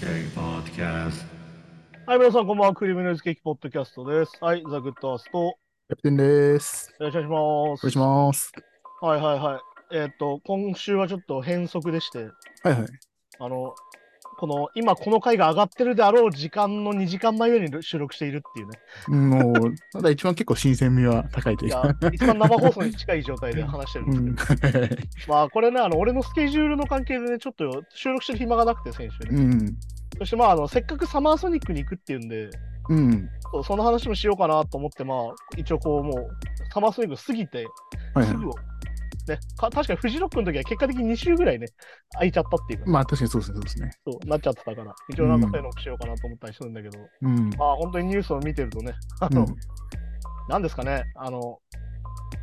Cake Podcast. はい、皆さん、こんばんは。クリームノイズケーキポッドキャストです。はい、ザ・グッドアースト。よキャプテンです。ろしくお願いお願いしします。ます。はいはいはい。えっ、と、今週はちょっと変則でして、はいはい。あの、この、今この回が上がってるであろう時間の2時間前ぐらいに収録しているっていうね。もう、まだ一番結構新鮮味は高いといいうやか。、一番生放送に近い状態で話してるんうですけどん、。はいまあ、これね、あの、俺のスケジュールの関係でね、ちょっと収録してる暇がなくて、先週ね。うん。そして、まあ、あの、せっかくサマーソニックに行くっていうんで、うん。そうその話もしようかなと思って、まあ、一応こう、もう、サマーソニック過ぎて、はいすはぐを。ね、か確かにフジロックの時は結果的に2週ぐらいね、空いちゃったっていうい。か、まあ確かにそうですね、そうですね。そうなっちゃってたから、一応なんかうんそういうのをしようかなと思ったりするんだけど、うん。まあ本当にニュースを見てるとね、あうの、なんですかね、あの、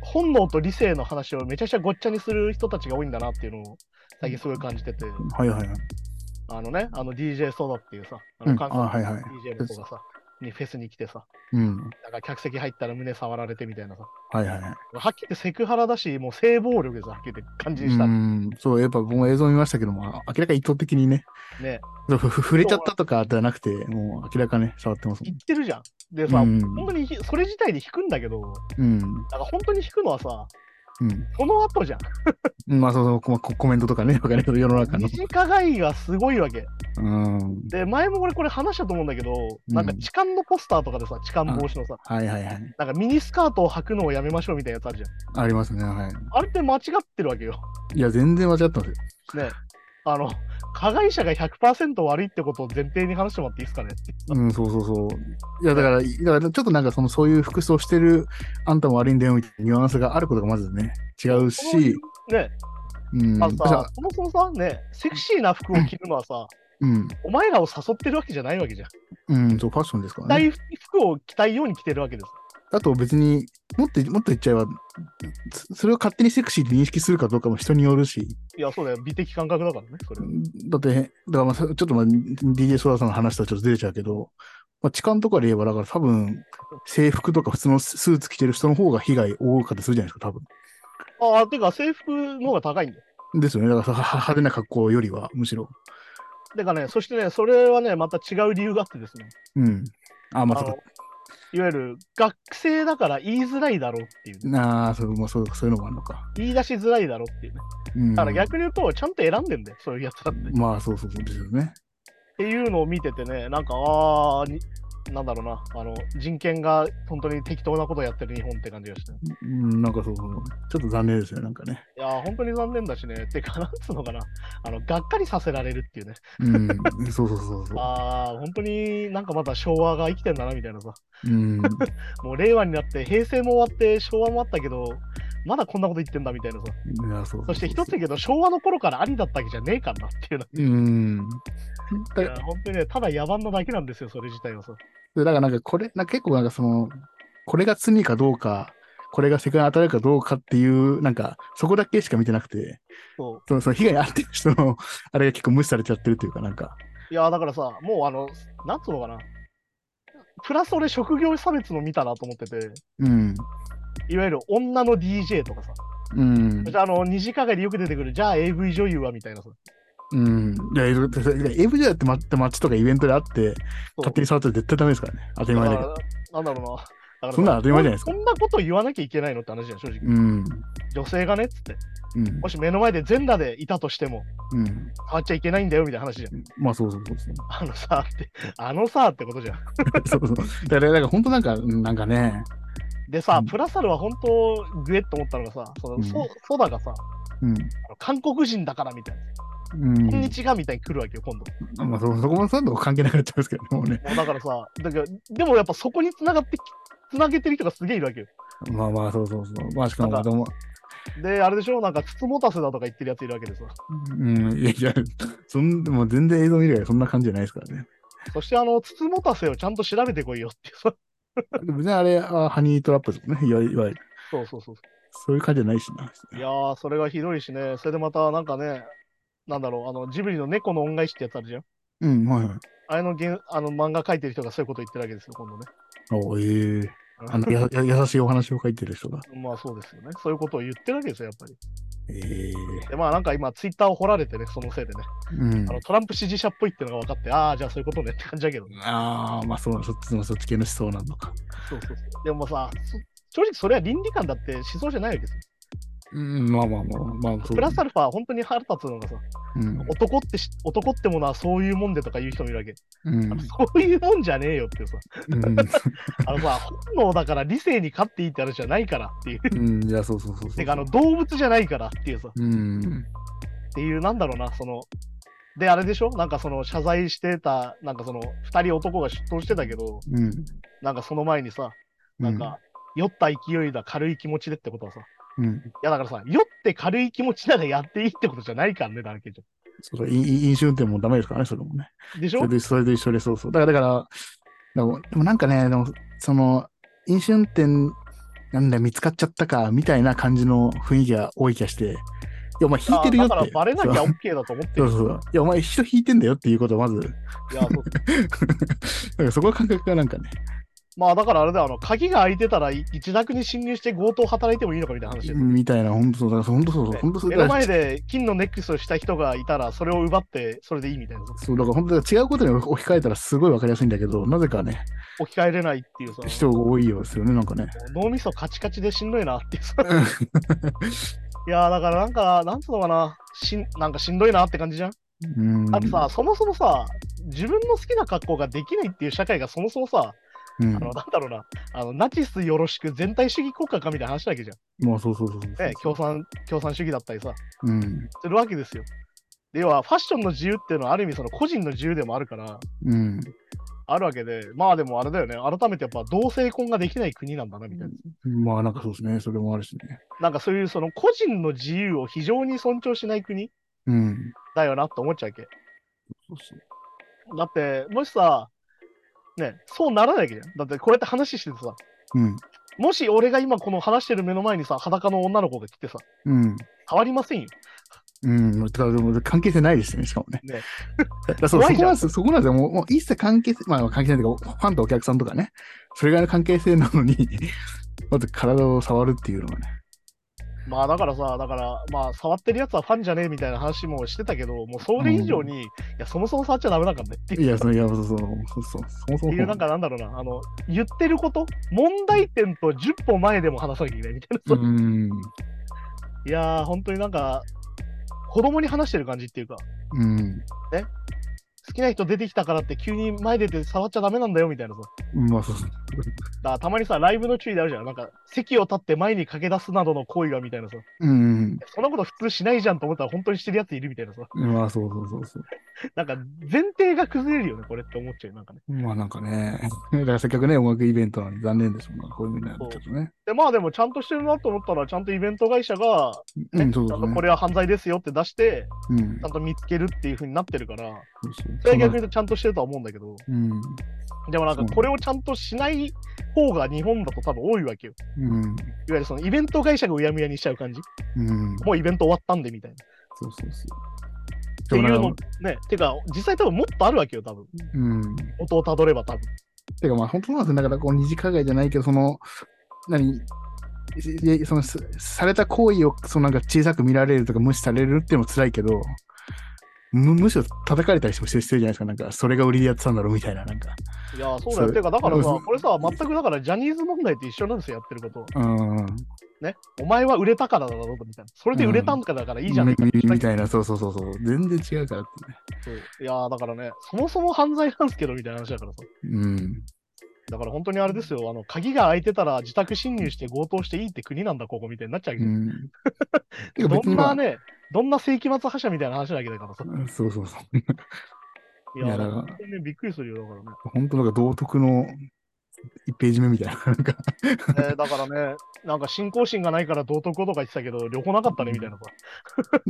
本能と理性の話をめちゃくちゃごっちゃにする人たちが多いんだなっていうのを最近すごい感じてて、ん。はいはいはい。あのね、あの DJ ソダっていうさ、あうのん韓あは国いはいの DJ の子がさ、にフェスに来てさ、うん。なんか客席入ったら胸触られてみたいなさ、はいはいはい。はっきり言ってセクハラだし、もう性暴力です、はっきり言って感じにしうた。ん。そう、やっぱ僕も映像見ましたけども、あ明らかに意図的にね。ねそうふふ触れちゃったとかではなくて、もう明らかね、触ってますも言ん。ってるじゃん。でさ、うん。本当にひそれ自体で弾くんだけど、なんかうん。本当に弾くのはさ、うんその後じゃん。うん。まあそうそう、こまココメントとかね、わかんないけど世の中の。西加害がすごいわけ。うん。で、前も俺これ話したと思うんだけど、なんか痴漢のポスターとかでさ、痴漢防止のさ、はいはいはい。なんかミニスカートを履くのをやめましょうみたいなやつあるじゃん。ありますね、はい。あれって間違ってるわけよ。いや、全然間違ってますよ。ね。あの、加害者が100%悪いってことを前提に話してもらっていいですかねってうん、そうそうそう。いや、だから、いだからちょっとなんかその、そういう服装してる、あんたも悪いんだよ、みたいなニュアンスがあることがまずね、違うし、ね、うん。あの私はさ、そもそもさ、ね、セクシーな服を着るのはさ、うん、お前らを誘ってるわけじゃないわけじゃん。うん、そう、ファッションですから着たね。い服を着たいように着てるわけです。あと別に、もっと、もっと言っちゃえば、つそれを勝手にセクシーで認識するかどうかも人によるし、いや、そうだよ。美的感覚だからね、それうは。んだって、だからまあ、そちょっとまあ、DJ ソダさんの話とはちょっとずれちゃうけど、まあ、痴漢とかで言えば、だから多分、制服とか普通のススーツ着てる人の方が被害多かったりするじゃないですか、多分。ああ、てか制服の方が高いんだよ。ですよね。だからさは派手な格好よりは、むしろ。てかね、そしてね、それはね、また違う理由があってですね。うん。あ、あまあ、そのいわゆる学生だから言いづらいだろうっていう、うなあ、そう、まあ、そう、そういうのもあるのか。言い出しづらいだろうっていうね。うん。だから逆に言うと、ちゃんと選んでんだよ、そういうやつだって。っまあ、そうそうそうですよね。ていうのを見ててね、なんか、ああ、になんだろうな、あの、人権が本当に適当なことをやってる日本って感じがして。いうん、なんかそうそう。ちょっと残念ですよね、なんかね。やー、本当に残念だしね。てか、なんつうのかな、あの、がっかりさせられるっていうね。 うん。そうそうそうそああ、本当になんかまた昭和が生きてんだな、みたいなさ。う。うん。もう令和になって平成も終わって昭和もあったけど、まだこんなこと言ってんだみたいなさ。いや、そうそうそうそして一つだけど、昭和の頃からありだったわけじゃねえからなっていうの。うん。いだや本当にね、ただ野蛮なだけなんですよ、それ自体はさ。だからなんかこれ、なんか結構なんかその、これが罪かどうか、これが世界に当たるかどうかっていう、なんか、そこだけしか見てなくて、そうそのその被害に遭ってる人の、あれが結構無視されちゃってるというか、なんか、いや、だからさ、もうあの、なんつうのかな。プラス俺職業差別の見たなと思ってて、うん。いわゆる女の DJ とかさ。うんそし。てあの、二次加害でよく出てくる、じゃあ AV 女優はみたいなさ。うん。いや、いろいろそれだから AV だってま街とかイベントであって、勝手に触ったら絶対ダメですからね。当たり前だけだど。からなんだろうな。だからそんなの当たり前じゃないですかこんなこと言わなきゃいけないのって話じゃん、正直。うん。女性がねっつって。うんも。し目の前で全裸でいたとしても、うん。触っちゃいけないんだよみたいな話じゃん。まあ、そうそうそうそう。 あのさって、あのさってことじゃん。そうそう。だから、だから本当なんか、うんなんかね、でさう、んプラスアルは本当、グエッと思ったのがさ、そのうんそソダがさ、うん。あの韓国人だからみたいな、うんこんにちはみたいに来るわけよ、今度。まあ、そそこもそういうの関係なくなっちゃうんですけどね、もうね。 もうだからさ、だけどでもやっぱそこに繋がってき、繋げてる人がすげえいるわけよ。まあまあ、そうそうそう。まあ、しかも、なんかでも、で、あれでしょ、なんか、つつもたせだとか言ってるやついるわけでさ。うん、いやいや、そんもう全然映像見るよりそんな感じじゃないですからね。そして、あの、つつもたせをちゃんと調べてこいよっていうさ。でも別にあれはハニートラップですもんね、いわいわゆる。そうそうそう。そういう感じじゃないしな。いやー、それがひどいしね、それでまた、なんかね、なんだろう、あの、ジブリの猫の恩返しってやつあるじゃん。うん、はいはい。あれの原あの漫画描いてる人がそういうこと言ってるわけですよ、今度ね。おええあのやや優しいお話を書いてる人が。まあそうですよね。そういうことを言ってるわけですよ、やっぱり。ええで、まあなんか今、ツイッターを掘られてね、そのせいでね、うんあ。のトランプ支持者っぽいっていうのが分かって、ああ、じゃあそういうことねって感じだけどね。ああ、まあそう、そっちのそっち系の思想なのか。そうそうそうでもさ、そ正直それは倫理観だって思想じゃないわけですよ。うん、まあまあまあ、まあ、そうプラスアルファ、本当に腹立つのがさ、うん。男ってし男ってものはそういうもんでとか言う人もいるわけ。うんあのそういうもんじゃねえよっていうさ、うんあのさ、本能だから理性に勝っていいって話じゃないからっていう。うん、いや、そ うそうそうそう。てか、あの、動物じゃないからっていうさ、うん。っていう、なんだろうな、その、で、あれでしょなんかその謝罪してた、なんかその、2人男が出頭してたけど、うん。なんかその前にさ、なんか、酔った勢いだ、軽い気持ちでってことはさ、いうん、うん。やだからさ、酔って軽い気持ちならやっていいってことじゃないからね、だらけじそういい飲酒運転もダメですからね、それもね。ゃん。でしそょれで、それで一緒で、そうそう。だから、だから、でもでもなんかね、でも、その、飲酒運転、なんだ、見つかっちゃったか、みたいな感じの雰囲気が多い気がして、いや、お前引いてるよあっだて。からバレなきゃそう OK だと思ってそるう。そうそう。いや、お前人引いてんだよっていうことをまず、いやそうなんかそこは感覚がなんかね、まあだからあれだよあの、鍵が開いてたらい一宅に侵入して強盗を働いてもいいのかみたいな話です。みたいな、本当そう、だから本当そうそう、本当そう。目だのから前で金のネックレスをした人がいたら、それを奪って、それでいいみたいな。そう、だから本当だから違うことに置き換えたらすごいわかりやすいんだけど、なぜかね、置き換えれないっていうさ、人が多いようですよね、なんかね。脳みそカチカチでしんどいなっていうさ。いやーだからなんか、なんつうのかな、しんなんかしんどいなって感じじゃん。うん。あとさ、そもそもさ、自分の好きな格好ができないっていう社会がそもそもさ、うんあのなんだろうなあの、ナチスよろしく全体主義国家かみたいな話だけじゃん。まあ、そうそうそうそう。ね、共産共産主義だったりさ、うん。するわけですよ。で要はファッションの自由っていうのはある意味その個人の自由でもあるから、うん。あるわけで、まあでもあれだよね、改めてやっぱ同性婚ができない国なんだなみたいな。まあ、なんかそうですね。それもあるしね。なんかそういうその個人の自由を非常に尊重しない国うん。だよなと思っちゃうわけ。そうそうだって、もしさ、ね、そうならないわけじゃん。だってこうやって話しててさ、うん。もし俺が今この話してる目の前にさ、裸の女の子が来てさ、うん。変わりませんよ。うん。だから、でも関係性ないですよね、しかもね。ねだからそうそ 怖いこじゃなんんですよそこなんですよ。もう、もう一切関係性、まあ、関係性というか、ファンとお客さんとかね、それぐらいの関係性なのに、 まず体を触るっていうのはね。まあだからさ、だから、まあ触ってるやつはファンじゃねえみたいな話もしてたけど、もうそれ以上に、いや、そもそも触っちゃダメだからねっていう。いや、そういやそうそうそうそう、そもそっも。ていうなんかなんだろうな、あの、言ってること、問題点と10歩前でも話さなきゃいけないみたいな。うん。いやー、本当になんか、子供に話してる感じっていうか、うん。好きな人出てきたからって急に前出て触っちゃダメなんだよみたいなさ。まあ、そうそう。だからたまにさ、ライブの注意であるじゃん。なんか、席を立って前に駆け出すなどの行為がみたいなさ。うん。そんなこと普通しないじゃんと思ったら本当にしてるやついるみたいなさ。まあ、そうそうそうそう。なんか、前提が崩れるよね、これって思っちゃう。なんかね。まあなんかね、 だからせっかくね、音楽イベントなのに残念ですもんね、こういうふうになるとね。で、まあでも、ちゃんとしてるなと思ったら、ちゃんとイベント会社が、うねん、そうちそゃんうとそう。これは犯罪ですよって出して、うんちゃんと見つけるっていう風になってるから、そうそうそれは逆に言うとちゃんとしてるとは思うんだけど、うん。でもなんか、これをちゃんとしない方が日本だと多分多いわけよ。うん。いわゆるそのイベント会社がうやむやにしちゃう感じ。うん。もうイベント終わったんでみたいな。っそうそうそてう。いうでものなんか、ね。てか、実際多分もっとあるわけよ、多分。うん。音をたどれば多分。てかまあ本当なんですよ。だからこう二次加害じゃないけど、その、何、いそのすされた行為をそのなんか小さく見られるとか無視されるっていうのも辛いけど、むむしろ叩かれたりしてもしてるじゃないですか。なんか、それが売りでやってたんだろうみたいな、なんか。いやー、そうだそよ。うてか、だからさうん、これさ、全くだからジャニーズ問題と一緒なんですよ、やってることは。うん。ね。お前は売れたからだろ、みたいな。それで売れたんかだからいいじゃねえかみってみ言っみたたいな、そうそうそうそう。全然違うからってね。けどそういやー、だからね、そもそも犯罪なんですけど、みたいな話だからさ。うん。だから本当にあれですよ、あの鍵が開いてたら自宅侵入して強盗していいって国なんだ、ここみたいになっちゃうわけうど、 ん。てかどんまなあね、どんな世紀末覇者みたいな話なわけだからさ。うんそうそうそう。いやいやだから本当にね、びっくりするよ、だからね。本当なんか道徳の1ページ目みたいな。なんか、えーだからね、なんか信仰心がないから道徳をとか言ってたけど、旅行なかったねみたいなさ。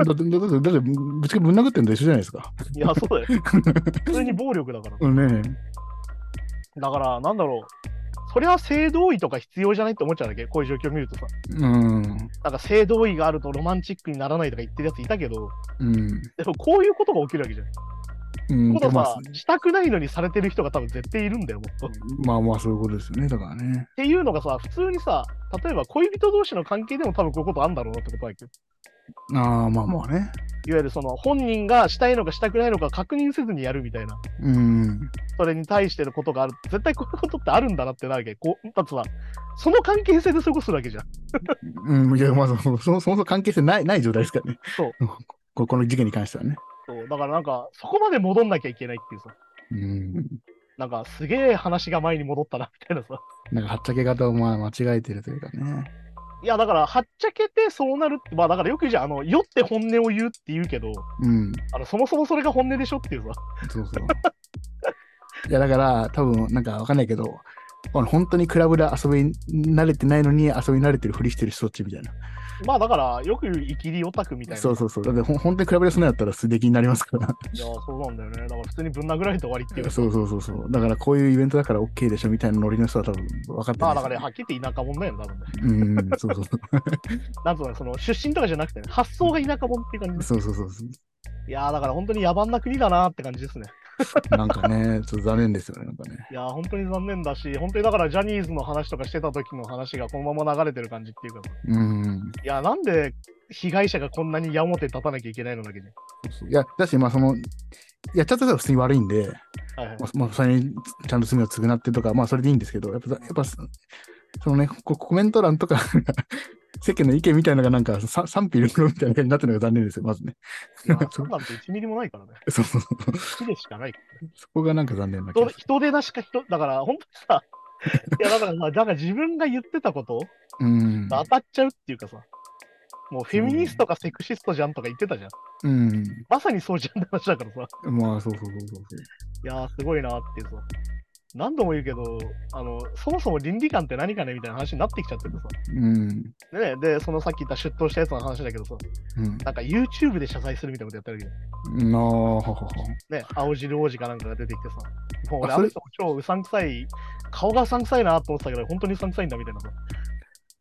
だって、だって、だってぶっちゃけぶん殴ってんのと一緒じゃないですか。いや、そうだよ。普通に暴力だから。ねだから、なんだろう。それは性同意とか必要じゃないって思っちゃうんだけど、こういう状況を見るとさ。え。うん。なんか性同意があるとロマンチックにならないとか言ってるやついたけど、うん。でもこういうことが起きるわけじゃん。うん。ことまあはさ、したくないのにされてる人が多分絶対いるんだよ、もっと。まあまあ、そういうことですよね。だからねっ。ていうのがさ、普通にさ、例えば恋人同士の関係でも多分こういうことあんだろうなってことだけど、ああ、まあまあね。いわゆるその本人がしたいのかしたくないのか確認せずにやるみたいな、うん。それに対してのことがある、絶対こういうことってあるんだなってなるわけ、こう、だってさ、その関係性でそういうことするわけじゃん。うん、いや、まあ、そもそもそも関係性ないない状態ですからね。そう ここの事件に関してはね。そうだからなんか、そこまで戻んなきゃいけないっていうさ、うん。なんかすげえ話が前に戻ったなみたいなさ。なんか、はっちゃけ方をまあ間違えてるというかね。いやだから、はっちゃけてそうなるって、まあだからよく言うじゃん、あの、酔って本音を言うって言うけど、うん。あのそもそもそれが本音でしょっていうさ。そうそう。いや、だから、多分なんかわかんないけど、あの本当にクラブで遊び慣れてないのに遊び慣れてるふりしてる人たちみたいな。まあだから、よく言う、イキリオタクみたいな。そうそうそう。だってほん本当にクラブでそんなんやったら素敵になりますから。いや、そうなんだよね。だから普通にぶん殴られて終わりっていう。 そうそうそうそう。だからこういうイベントだから OK でしょみたいなノリの人は多分分かってまあないだですかよね、らね、はっきり言って田舎者だよね、多分ね。うん、そうそうそう。なんつうの、その出身とかじゃなくてね、発想が田舎者っていう感じです。そうそうそうそいやーだから本当に野蛮な国だなって感じですね。う。なんかね、ちょっと残念ですよね、なんかね。いやー本当に残念だし、本当にだからジャニーズの話とかしてた時の話がこのまま流れてる感じっていうか、うん。いやーなんで被害者がこんなに矢面立たなきゃいけないのだけで。いや、だし、まあその、やっちゃった人は普通に悪いんで、はいはいまあ、まあ、それにちゃんと罪を償ってとか、まあ、それでいいんですけど、やっぱ、やっぱ、そのね、こコメント欄とか、 世間の意見みたいなのがなんかさ賛否両論みたいな感じになってるのが残念ですよ、まずね。いやーそうなんて1ミリもないからね。そうそうそう。好きでしかない。そこがなんか残念な気人が で人手なしか人、だから本当にさ、いやだからさ、だから自分が言ってたことうん。当たっちゃうっていうかさ、もうフェミニストかセクシストじゃんとか言ってたじゃん。うん。まさにそうじゃんって話だからさ、まあ、そうそうそうそうそう。いやーすごいなーっていうさ。何度も言うけどあの、そもそも倫理観って何かねみたいな話になってきちゃっててさ。うん。でね、で、そのさっき言った出頭したやつの話だけどさ、うん。なんか YouTube で謝罪するみたいなことやってるわけど、なあ、ははは。ね、青汁王子かなんかが出てきてさ、もう俺、ああそれの人も超うさんくさい、顔がうさんくさいなと思ってたけど、本当にうさんくさいんだみたいなさ。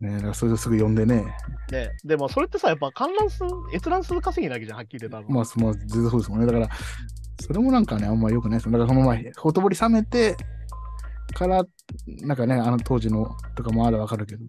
ねだからそれをすぐ呼んでね。ね、でもそれってさ、やっぱ観覧数、閲覧数稼ぎなわけじゃん、はっきり言って多分。まあ、そまあ、ずっとそうですもんね。だから、それもなんかね、あんま良くないです。だから、その前、ほとぼり冷めてから、なんかね、あの当時のとかもあるわかるけど、い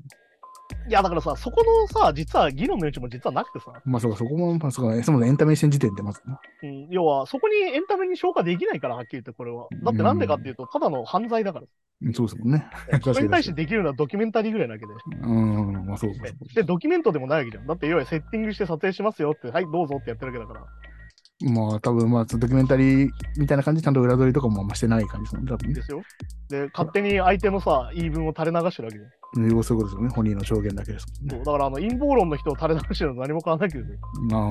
や、だからさ、そこのさ、実は議論の余地も実はなくてさ、まあ、そうか、そこも、まあ、そうか、そもそもエンタメ視点時点でまずな。うん、要はそこにエンタメに消化できないから、はっきり言ってこれは。だってなんでかっていうと、ただの犯罪だから。うんそうですもんね。確そかれにに対してできるのはドキュメンタリーぐらいなわけで。うん、まあ、そうそうそうで、ドキュメントでもないわけじゃん。だって、要はセッティングして撮影しますよって、はい、どうぞってやってるわけだから。まあ、多分まあ、ドキュメンタリーみたいな感じで、ちゃんと裏取りとかもあんましてない感じですもんね。多分ですよ。で、勝手に相手のさ、言い分を垂れ流してるわけで。ね。要することですよね。本人の証言だけですもんそね。うだから、あの、陰謀論の人を垂れ流してるのと何も変わらないけどね。まあ、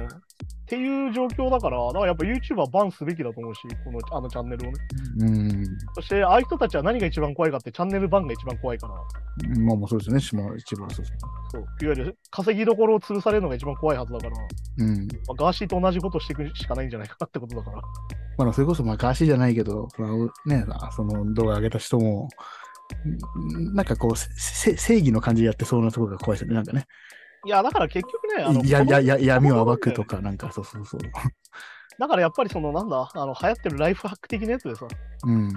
うんっていう状況だから、だからやっぱ YouTube はバンすべきだと思うし、このあのチャンネルをね。うん。そして、ああいう人たちは何が一番怖いかって、チャンネルバンが一番怖いから、まあまあ、そうですよね。島一番そうですそういわゆる稼ぎどころを潰されるのが一番怖いはずだから、まね。うん。あ、ガーシーと同じことしていくしかないんじゃないかなってことだ から。まあ、それこそ、まあ、ガーシーじゃないけど、そのね、その動画上げた人も、んなんかこう、せせ正義の感じでやってそうなところが怖いですよね、なんかね。いや、だから結局ね、あのいやいやこいのや闇を暴くとか、なんかそうそうそう。だからやっぱりその、なんだ、あの流行ってるライフハック的なやつでさ、うん。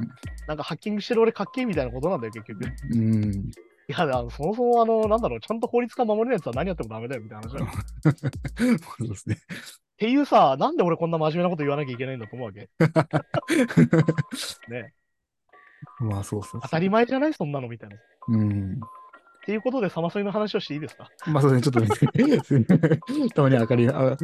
なんかハッキングしてる俺かっけえみたいなことなんだよ、結局。いうん。 や、あのそもそも、あの、なんだろう、ちゃんと法律家守れないやつは何やってもダメだよ、みたいな話だよ。っそうですね。ていうさ、なんで俺こんな真面目なこと言わなきゃいけないんだと思うわけ。ねまあ、そうそうそう。当たり前じゃないそんなの、みたいな。っうん。ていうことで、サマソニの話をしていいですかまあ、そうですね。ちょっとね、 たまに明かりが、あ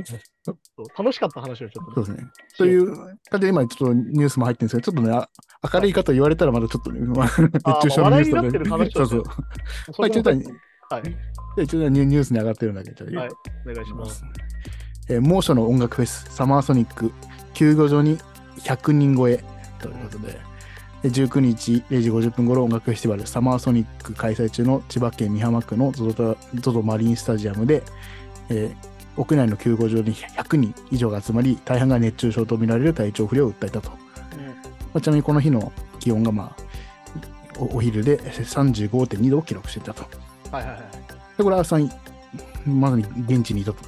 そう楽しかった話をちょっそとね、うですね。という感じで、今ちょっとニュースも入ってるんですけど、ちょっとね、あ明るい方言われたらまだちょっとね、まあ熱中症のニュースまあ話題になってるとかね話 そうとしてそう。そまあ、れ一応でだ、もはいで一応ニュニュースに上がってるんだけど、はいお願いします。えー猛暑の音楽フェス、サマーソニック、救護所に100人超えということで、で19日0時50分頃音楽フェスティバル、サマーソニック開催中の千葉県美浜区の ZOZO マリンスタジアムで、えー屋内の救護所に100人以上が集まり、大半が熱中症とみられる体調不良を訴えたと。まあちなみにこの日の気温が、まあ、おお昼で35.2度を記録していたと。うんはいはいはい。で、これはさん、まさに現地にいたと。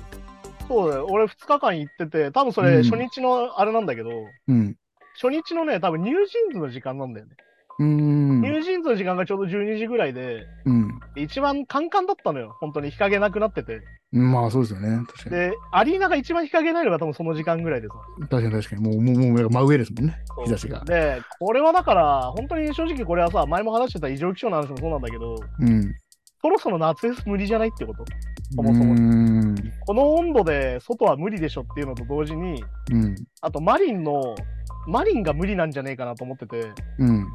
そうだよ。俺2日間行ってて、多分それうん初日のあれなんだけど、うん。初日のね、多分ニュージーンズの時間なんだよね。うん。入陣する時間がちょうど12時ぐらいで、うん。一番カンカンだったのよ、本当に日陰なくなってて。まあそうですよね。確かで、アリーナが一番日陰ないのが多分その時間ぐらいでさ。に。確かに確かに。もう、もう、もう真上ですもんね。日差しが。で、これはだから、本当に正直これはさ、前も話してた異常気象の話もそうなんだけど、うん。そろそろ夏フェス無理じゃないってこと。そもそもうん。この温度で外は無理でしょっていうのと同時に、うん。あとマリンの、マリンが無理なんじゃねえかなと思ってて、うん。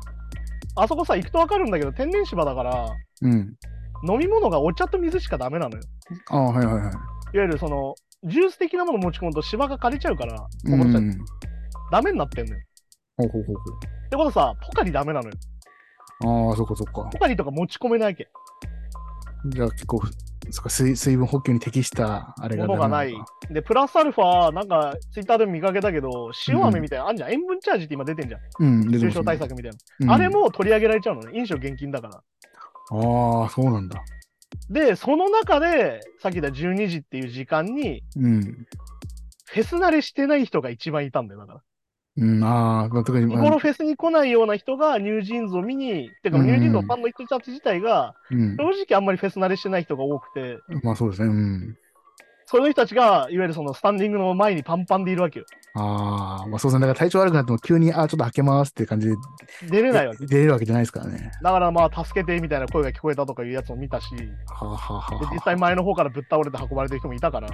あそこさ、行くとわかるんだけど、天然芝だから、うん。飲み物がお茶と水しかダメなのよ。ああ、はいはいはい。いわゆるその、ジュース的なもの持ち込むと芝が枯れちゃうから、こうぼれちゃってん。ダメになってんのよ。ほうほうほうってことさ、ポカリダメなのよ。ほう。ああ、そっかそっかポ。カリとか持ち込めないわけ。じゃあ結構、そっか水、水分補給に適した、あれがものがない。で、プラスアルファ、なんか、ツイッターでも見かけたけど、塩飴みたいな、あんじゃん。塩分チャージって今出てんじゃん。うん、出て重ます症ね対策みたいな。うんあれも取り上げられちゃうのね。飲酒厳禁だから。ああ、そうなんだ。で、その中で、さっき言った12時っていう時間に、うん。フェス慣れしてない人が一番いたんだよ、だから。うん、ああ、特に、日頃フェスに来ないような人がニュージーンズを見に、てかうんニュージーンズのファンの人たち自体が、うん。正直あんまりフェス慣れしてない人が多くて、まあそうですね。うん。その人たちが、いわゆるそのスタンディングの前にパンパンでいるわけよ。ああ、まあそうですね。だから体調悪くなっても急に、ああ、ちょっと吐けますっていう感じで出れないわけ。で出れるわけじゃないですからね。だからまあ、助けてみたいな声が聞こえたとかいうやつも見たし、ではあ、はあはあはあ、実際前の方からぶっ倒れて運ばれてる人もいたから、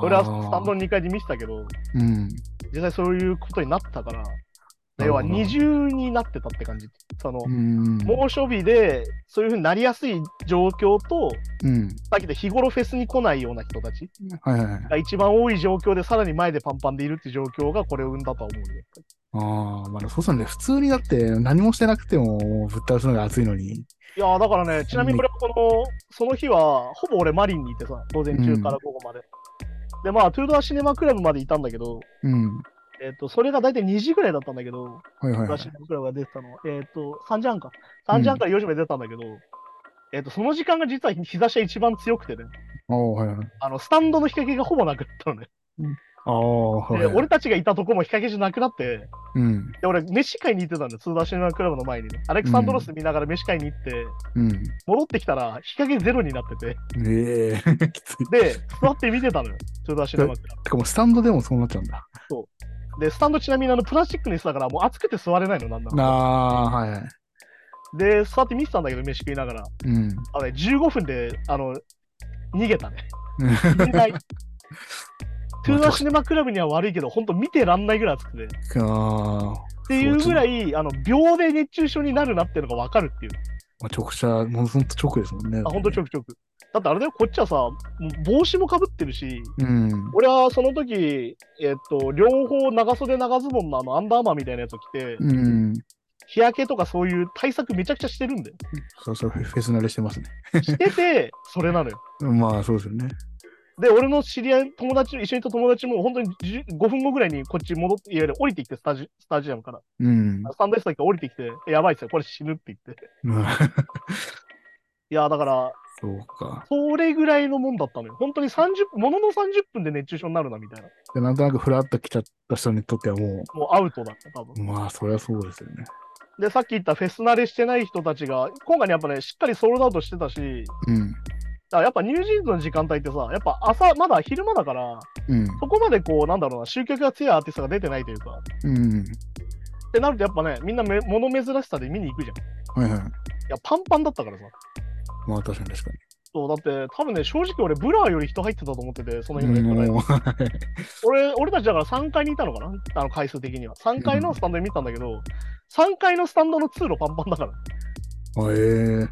それはスタンドの2階で見てたけど、うん。実際そういうことになったから、なる要ほはど二重になってたって感じ。その、うん。猛暑日で、そういうふうになりやすい状況と、うん。さっき言った日頃フェスに来ないような人たちはいはいはい。が一番多い状況で、さらに前でパンパンでいるっていう状況がこれを生んだとは思うよ。ああ、まあそうですね。普通にだって何もしてなくてももうぶっ倒すのが暑いのに。いやーだからね、ちなみにこれはこの、その日は、ほぼ俺マリンにいてさ、午前中から午後まで。で、まあ、トゥードアシネマクラブまでいたんだけど、うん。えっ、と、それが大体2時ぐらいだったんだけど、はいはい、トゥードはアシいネ。マクラブが出てたのは、えっ、と、3時半か。3時半から4時まで出たんだけど、えっ、と、その時間が実は日差しが一番強くてね、ああ、はいはい。あの、スタンドの日陰がほぼなくなったのね。ああ、はい、で、はい。俺たちがいたとこも日陰じゃなくなって、うん。で、俺、飯買いに行ってたんだよ、ツーダーシネマクラブの前にね。アレクサンドロス見ながら飯買いに行って、うん。戻ってきたら、日陰ゼロになってて、ええきつい。で、座って見てたのよ、ツーダーシネマクラてかもうスタンドでもそうなっちゃうんだ。ブ。で、スタンドちなみにあのプラスチックの椅子だから、もう暑くて座れないの、なんなら。ああー、はいはい。で、座って見てたんだけど、飯食いながら。うん。あのね、15分で、あの、逃げたね。見れない。トゥーダーシネマクラブには悪いけど、ほんと見てらんないぐらい暑くて。っああ、まていうぐらい、あの、秒で熱中症になるなっていうのがわかるっていう。あ、直射、もうほんと直ですもんね。あ、ほんとちょくちょく。だってあれだよ、こっちはさ、もう帽子もかぶってるし、うん。俺はその時、えっと、両方長袖長ズボンのあのアンダーマーみたいなやつを着て、うん。日焼けとかそういう対策めちゃくちゃしてるんだよ。そうそう、フェス慣れしてますね。してて、それなのよ。まあ、そうですよね。で、俺の知り合い、友達、一緒にいた友達も本当に10 5分後ぐらいにこっち戻って、いわゆる降りてきて、スタジスタジアムから。うん。スタンド S だけ降りてきて、やばいっすよ、これ死ぬって言って。まあいや、だから、そうか。それぐらいのもんだったのよ。本当に30分、ものの30分で熱中症になるな、みたいな。でなんとなくフラッと来ちゃった人にとってはももうアウトだった、多分う、。まあ、そりゃそうですよね。で、さっき言ったフェス慣れしてない人たちが、今回ね、やっぱね、しっかりソールドアウトしてたし、うだん。からやっぱニュージーンズの時間帯ってさ、やっぱ朝、まだ昼間だから、うん。そこまでこう、なんだろうな、集客が強いアーティストが出てないというか、うん。ってなるとやっぱね、みんなめ物珍しさで見に行くじゃん。いはいはい。や、パンパンだったからさ。まあ、確かに確かに。そう、だって、多分ね、正直俺、ブラーより人入ってたと思ってて、その日のうねん もう俺、俺たちだから3階にいたのかなあの回数的には。3階のスタンドで見たんだけど、3階のスタンドの通路パンパンだから。あええうん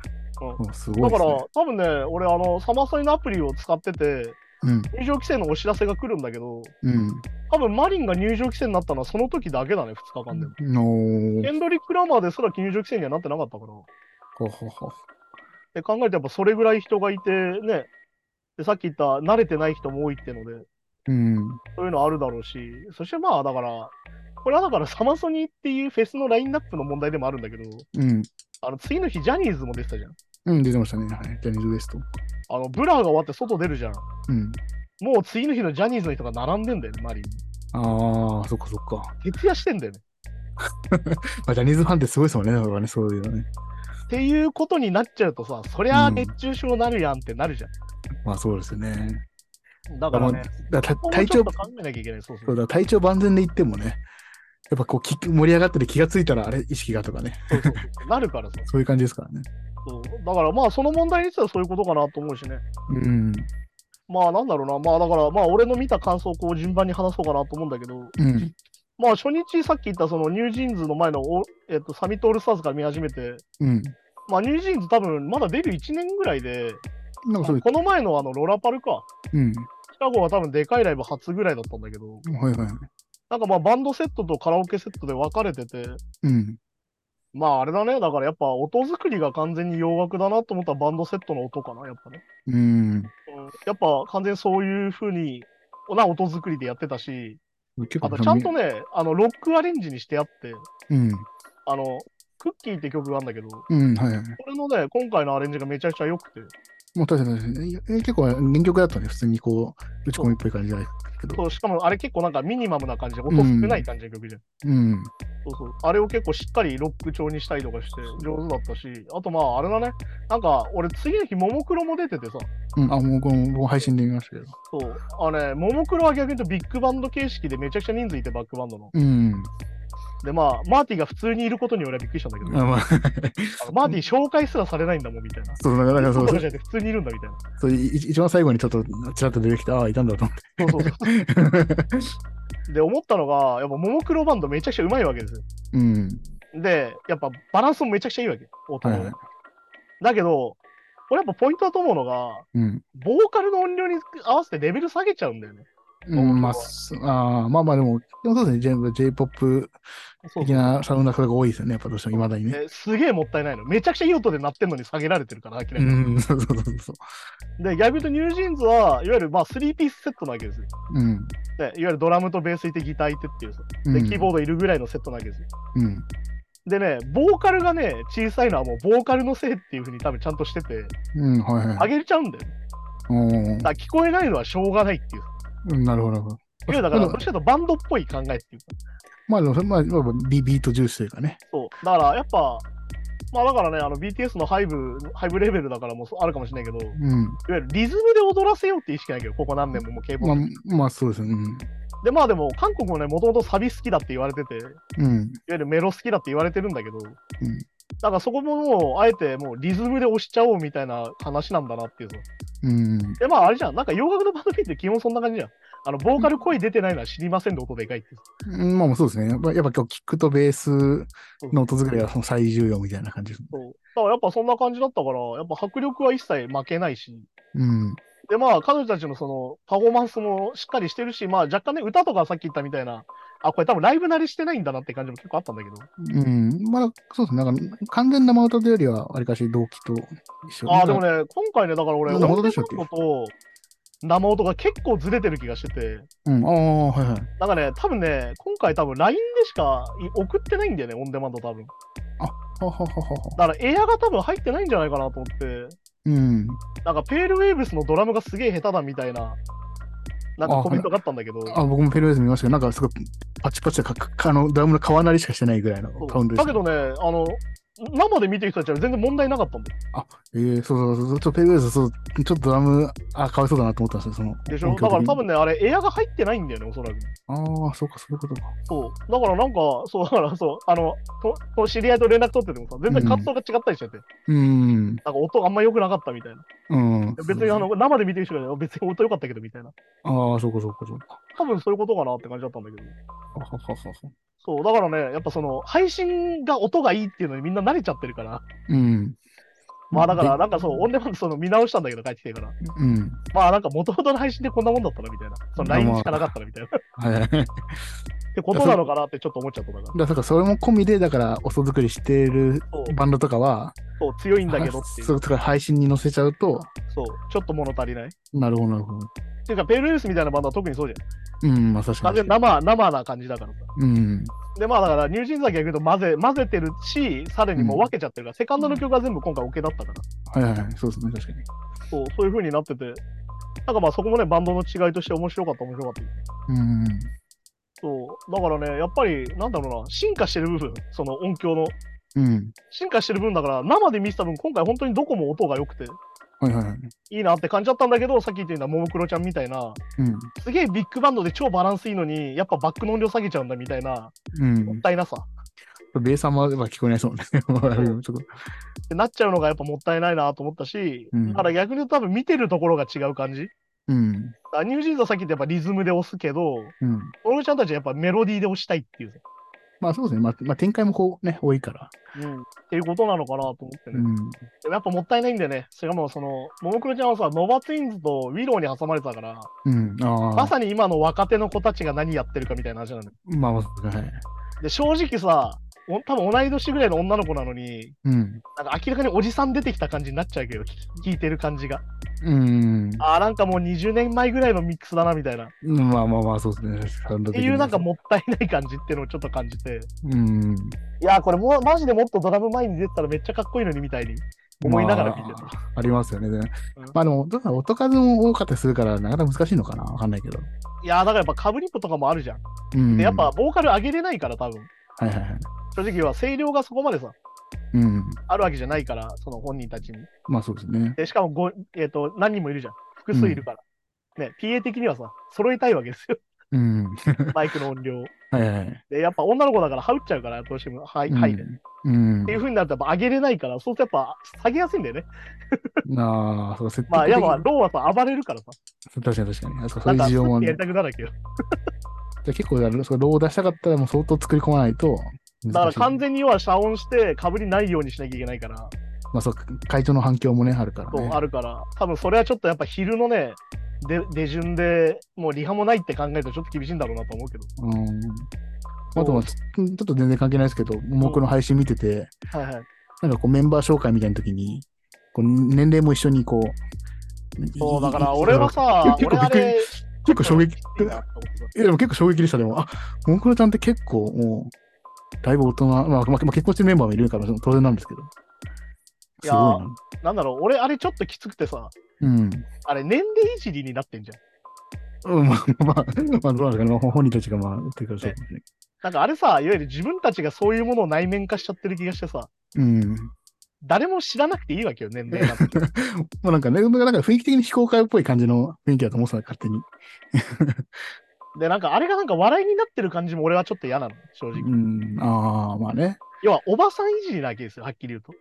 すごだいでかすら、ね。多分ね、俺、あの、サマソニのアプリを使ってて、うん。入場規制のお知らせが来るんだけど、うん。多分マリンが入場規制になったのはその時だけだね、2日間で。のヘンドリック・ラマーですら入場規制にはなってなかったから。ほほほ。で考えるとやっぱそれぐらい人がいてね、でさっき言った慣れてない人も多いってので、うん。そういうのあるだろうし、そしてまあだから、これはだからサマソニっていうフェスのラインナップの問題でもあるんだけど、うん。あの次の日ジャニーズも出てたじゃん。うん、出てましたね。はい。ジャニーズウエスト。あのブラーが終わって外出るじゃん。うん。もう次の日のジャニーズの人が並んでんだよね、マリンに。ああ、そっかそっか。徹夜してんだよね。まあ、ジャニーズファンってすごいですもんね、だからね、そういうのね。っていうことになっちゃうとさ、そりゃあ熱中症なるやんってなるじゃん。まあそうですよね。だからね、だからた体体調調と、考えなきゃいけない。そうそそううだ体調万全で言ってもね、やっぱこうき盛り上がってて気がついたら、あれ、意識がとかね、そうそうそうなるからさ。そういう感じですからね。そうだからまあその問題についてはそういうことかなと思うしね。うん。まあなんだろうな、まあだからまあ俺の見た感想をこう順番に話そうかなと思うんだけど、うん。まあ初日さっき言ったそのニュージーンズの前のお、えっとサミットオールスターズから見始めて、うん。まあニュージーンズ多分まだデビュー1年ぐらいで、なんかそういう、この前のあのロラパルか、うん。シカゴは多分でかいライブ初ぐらいだったんだけど、はいはい。なんかまあバンドセットとカラオケセットで分かれてて、うん。まああれだね、だからやっぱ音作りが完全に洋楽だなと思ったらバンドセットの音かな、やっぱね。うん。うんやっぱ完全にそういう風にな音作りでやってたし、結あとちゃんとね、あのロックアレンジにしてあって、うん。あの、クッキーって曲があるんだけど、こうん。はいはい。れのね、今回のアレンジがめちゃくちゃ良くて、もう確かに確かに。え結構原曲だったね、普通にこう、打ち込みっぽい感じじゃないけど。そうしかもあれ結構なんかミニマムな感じで、音少ない感じの曲じゃん。うん。そうそう。あれを結構しっかりロック調にしたりとかして、上手だったし、あとまあ、あれだね、なんか俺、次の日、ももクロも出ててさ、うん、あ、もうこの、僕配信で見ましたけど。そう、あのね、ももクロは逆に言うとビッグバンド形式でめちゃくちゃ人数いて、バックバンドの。うん。でまあ、マーティが普通にいることに俺はびっくりしたんだけど、あまあ、あのマーティ紹介すらされないんだもんみたいな。そう、だから、だからそそううじゃそ なうくて普通にいるんだみたいな。そうい一番最後にちょっと、ちらっと出てきた、ああ、いたんだと思そうそうそって。う。で、思ったのが、やっぱ、ももクロバンドめちゃくちゃうまいわけですよ。うん。で、やっぱ、バランスもめちゃくちゃいいわけ。音はのいはい。だけど、これやっぱポイントだと思うのが、うん。ボーカルの音量に合わせてレベル下げちゃうんだよね。うん、まあ、そあーまあまあ、でも、でもそうですね、全部 J-POP そう的なサウンドの方が多いですよね、やっぱどうしても、いまだにね。えすげえもったいないの。めちゃくちゃいい音で鳴ってんのに下げられてるから、明らかうに。ん、 そうそうそうそう。で、逆に言うとニュージーンズは、いわゆるまあ3ピースセットなわけですよ。うん。でいわゆるドラムとベースいてギターいてっていうさ。うで、んキーボードいるぐらいのセットなわけですよ。うん。でね、ボーカルがね、小さいのはもうボーカルのせいっていうふうに多分ちゃんとしてて、うん、はいは上い。げれちゃうんだよ。おだから聞こえないのはしょうがないっていう。ーうんなるほどなるほど。いわゆるだから、まあどっちかというとバンドっぽい考えっていうか。まあでも、まあ、まあ、ビビート重視というかね。そう。だからやっぱ、まあだからね、あの BTS のハイブ、ハイブレベルだからもうそうあるかもしれないけど、いうん。わゆるリズムで踊らせようって意識ないけど、ここ何年ももう K-POP まあ、まあ、そうですね。うんでまあでも韓国もねもともとサビ好きだって言われてていわうん。ゆるメロ好きだって言われてるんだけど、だからそこももうあえてもうリズムで押しちゃおうみたいな話なんだなっていうさうん。でまああれじゃんなんか洋楽のバンドピンって基本そんな感じじゃんあのボーカル声出てないのは知りませんで音でかいってさうん。まあ、そうですね。やっぱ、やっぱ今日、キックとベースの音作りがもう最重要みたいな感じです。そうだからやっぱそんな感じだったからやっぱ迫力は一切負けないしうん。でまあ彼女たちのそのパフォーマンスもしっかりしてるしまあ若干ね歌とかさっき言ったみたいなあこれ多分ライブ慣れしてないんだなって感じも結構あったんだけどうん。まあ、そうですね。なんか、完全な真歌というよりは、わりかし同期と一緒ああ、でもね、今回ね、だから俺、なオんだ本ン当でデしたマっけンドと生音が結構ずれてる気がしてて、うん。ああ、はいはい。なんかね、多分ね、今回多分 LINE でしかい送ってないんだよね、オンデマンド多分。はははは。だからエアが多分入ってないんじゃないかなと思って、うん。なんかペールウェーブスのドラムがすげえ下手だみたいな、なんかコメントがあったんだけど、あ僕もペルウェーズ見ましたけど、なんかすごいパチパチでかかあのドラムの皮なりしかしてないぐらいのそうサウンドでだしけた。どね、あの、生で見てる人たちは全然問題なかったんだよ。えー、そうそうそう、ちょっとペルウェーズ、そうちょっとドラム、あ、かわいそうだなと思ったんですよ、その。でし音ょだ響的からに多分ね、あれエアが入ってないんだよね、おそらく。ああ、そうか、そういうことか。そう。だからなんか、そう、だからそう、あの、とと知り合いと連絡取っててもさ、全然活動が違ったりしちゃって。うん。なんか音あんま良くなかったみたいな。うん。別にあの生で見てる人が別に音良かったけどみたいな。ああ、そうか、そうか、そうか。多分そういうことかなって感じだったんだけど。はははははそう、だからね、やっぱその配信が音がいいっていうのにみんな慣れちゃってるから。うん。まあだから、なんかそう、オンデマンドその見直したんだけど帰ってきてから。うん。まあなんか元々の配信でこんなもんだったなみたいな。そのまあまあ LINE しかなかったなみたいな。っはい はい。だかてことなのかなってちょっと思っちゃったから。ら、そうかそれも込みで、だから、音作りしてるそう、バンドとかは、そう強いんだけどっていう。そう、とか配信に載せちゃうと、そう、ちょっと物足りない。っなるほど、なるほど。ていうか、ペルースみたいなバンドは特にそうじゃん。うん、まあ、確か完に全に。生、生な感じだからさ。うん。で、まあだから、ニュージーンズだけ言うと混ぜ、混ぜてるし、さらにもう分けちゃってるから、セカンドの曲が全部今回オ、ケだったから。はいはいはい、そうですね、確かに。そうそういう風になってて、なんかまあそこもね、バンドの違いとして面白かった、面白かった。うん。そう。だからね、やっぱり、なんだろうな、進化してる部分、その音響の。うん。進化してる分だから、生で見てた分、今回本当にどこも音が良くて、はいはいはい。いいなって感じだったんだけど、さっき言ったようなももクロちゃんみたいな、うん。すげえビッグバンドで超バランスいいのに、やっぱバックの音量下げちゃうんだみたいな、うもっん。たいなさ。っベースあんま聞こえないそうね。ちょっとてなっちゃうのがやっぱもったいないなと思ったし、うんだから逆に言うと多分見てるところが違う感じ。うん。だニュージーンズはさっき言ったやっぱリズムで押すけど、うん。モもちゃんたちはやっぱメロディーで押したいっていう。まあそうですね。まあ、まあ、展開もこうね、多いから。うん、っていうことなのかなと思ってね。うん。でもやっぱもったいないんだよね。しかもその、ももクロちゃんはさ、ノバツインズとウィローに挟まれてたから、うん。あまあ。さに今の若手の子たちが何やってるかみたいな話なのよ。まあ、はい。で、正直さ、お多分同い年ぐらいの女の子なのに、うん。なんか明らかにおじさん出てきた感じになっちゃうけど、聞聞いてる感じが。うん。ああ、なんかもう20年前ぐらいのミックスだなみたいな。っまあまあまあ、そうですね。っていうなんか、もったいない感じっていうのをちょっと感じて、うん。いやー、これもうマジでもっとドラム前に出てたらめっちゃかっこいいのにみたいに思いながら聞いてた。まあ、ありますよね。まあでも、どうだろう音数も多かったりするから、なかなか難しいのかなわかんないけど。いやーだからやっぱカブリップとかもあるじゃん。うん。で、やっぱ、ボーカル上げれないから、多分はいはいはい。正直は声量がそこまでさ、うん。あるわけじゃないから、その本人たちに。まあそうですね。で、しかもご、えっ、と、何人もいるじゃん。複数いるから。ね、PA 的にはさ、揃えたいわけですよ。 うん。マイクの音量。はいはい。で、やっぱ女の子だから、羽打っちゃうから、どうしても、はい、はいで。っうんてい。う風になると、やっぱ上げれないから、そうするとやっぱ下げやすいんだよね。なあ、そう、設定。まあ、いやまあ、ローはさ、暴れるからさ。確かに確かに。あそうそなうんいか、う需要もあやるりたくなるけど。じゃあ結構、だからそうローを出したかったら、もう相当作り込まないと。だから、完全全に要は遮音して、被りないようにしなきゃいけないから、まあそう、会長の反響もね、あるから、そうね。あるから、多分それはちょっとやっぱ昼のね、で出順でもうリハもないって考えるとちょっと厳しいんだろうなと思うけど。うん。あとは、ちょっと全然関係ないですけど、ももクの配信見てて、はいはい。なんかこうメンバー紹介みたいな時に、こう年齢も一緒にこう。そうだからいい俺はさ、結俺あ構びっくりれ、結構衝い撃。いなと思ってたいやでも結構衝撃でした、でも。あ、ももクロちゃんって結構もう、だいぶ大人、まあ、まあまあ結婚してるメンバーもいるから当然なんですけど。いすやごいーな。なんだろう、俺あれちょっときつくてさ、うん。あれ年齢いじりになってんじゃん。うん、まあ、まあ、まあ、どうなのかな、本人たちがまあ、っていうか、そうかもしれないなんかあれさ、いわゆる自分たちがそういうものを内面化しちゃってる気がしてさ、うん。誰も知らなくていいわけよ、年齢なん て。まあなんかね、なんか雰囲気的に非公開っぽい感じの雰囲気だと思ってた、勝手に。で、なんかあれがなんか笑いになってる感じも俺はちょっと嫌なの、正直。うん、ああ、まあね。要はおばさんいじりなわけですよ、はっきり言うと。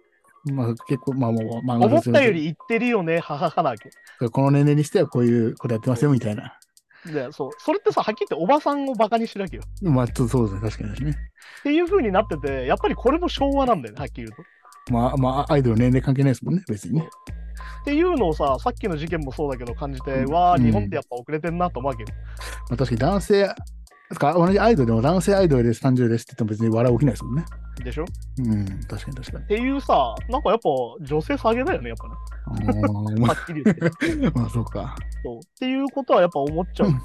まあ結構、まあもう、まあ、思ったより言ってるよね、はははなわけ。この年齢にしてはこういうことやってますよみたいな。で、そう、それってさ、はっきり言っておばさんをバカにしてるわけよ。まあ、ちょっとそうですね、確かにですね。っていう風になってて、やっぱりこれも昭和なんだよね、はっきり言うと。まあ、まあ、アイドル年齢関係ないですもんね、別にね。っていうのをさ、さっきの事件もそうだけど感じて、うんわあ、うん日本ってやっぱ遅れてんなと思うわけよ。まあ、確かに男性、つか同じアイドルでも男性アイドルです、30ですって言っても別に笑い起きないですもんね。でしょっうん、確かに確かに。ていうさ、なんかやっぱ女性下げだよね、やっぱね。あーまはっきり言って。あ、まあ、そうか。そうっていうことはやっぱ思っちゃう。うん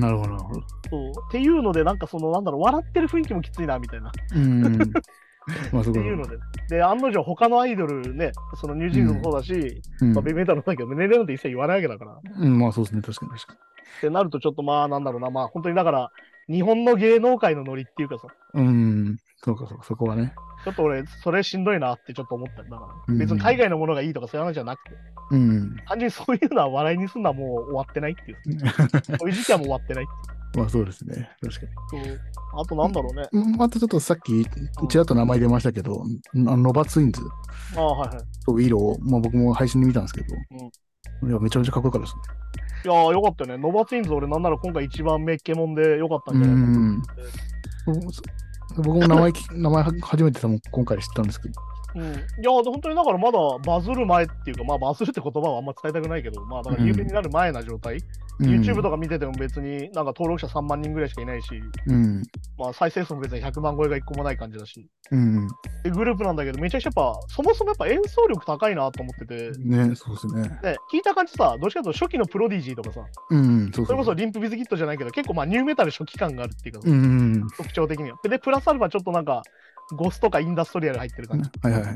なるほど、なるほど。そうっていうので、なんかその、なんだろう、笑ってる雰囲気もきついな、みたいな。っうん。まあ、そこていうので。で、案の定、他のアイドルね、そのニュージーンズもそうだし、うんまあ、ベビーメタルもそうだけど、年齢なんて一切言わないわけだから。うん、まあ、そうですね、確かに確かってなるとちょっとまあなんだろうなまあ本当にだから日本の芸能界のノリっていうかさに。うん、そうか、そうか、そこはね。ちょっと俺それしんどいなってちょっと思ったんだかうらん別に海外のものがいいとかそういう話じゃなくてうん。単純にそういうのは笑いにすんのはもう終わってないっていうそういう時期はもう終わってないっまあ、そうですね、確かに。ていうそうあとなんだろうね、うんあとちょっとさっき、ちらっと名前出ましたけど、あのノバツインズああはいはいとウィロー、まあ、僕も配信で見たんですけど、いやめちゃめちゃかっこよかったですね。いやーよかったよねノバツインズ俺なんなら今回一番メッケモンでよかったんうじゃないかな、ん。僕も名前聞名前初めて多分今回知ったんですけど、うんいやー本当にだからまだバズる前っていうかまあバズるって言葉はあんま使いたくないけどまあだから有名になる前な状態、YouTube とか、か見てても別になんか登録者3万人ぐらいしかいないし、うんまあ、再生数も別に100万超えが1個もない感じだし。うんで、グループなんだけど、めちゃくちゃやっぱ、そもそもやっぱ演奏力高いなと思ってて、ね、そうですね。で、聞いた感じさ、どっちかというと初期のプロディジーとかさ、うん、そそうそう。れこそリンプビズキットじゃないけど、結構まあニューメタル初期感があるっていうか、うん、特徴的には。で、プラスアルファちょっとなんか、ゴスとかインダストリアル入ってる感じ。はいはいはい。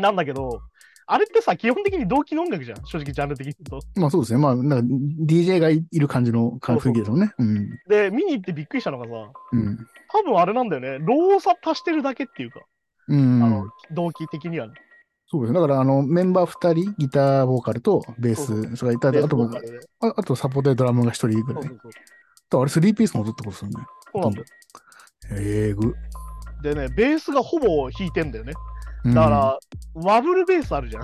なんだけど、あれってさ、基本的に同期の音楽じゃん、正直ジャンル的に言うと。まあそうですね。まあ、なんか DJ がいいる感じの感雰囲気ですもんね。うん。で、見に行ってびっくりしたのがさ、うん。多分あれなんだよね、ローさ足してるだけっていうか、うん。あの同期的にはね。そうですね。だから、あの、メンバー2人、ギター、ボーカルとベーそうス、それからいたであそともうだよねあ、あとサポートでドラムが1人ぐそらうそい。だかうそうらあれ、3ピースも踊ったことですよね。そうなんだよ。ええぐ。でね、ベースがほぼ弾いてんだよね。うんだか、ら、ワブルベースある じゃ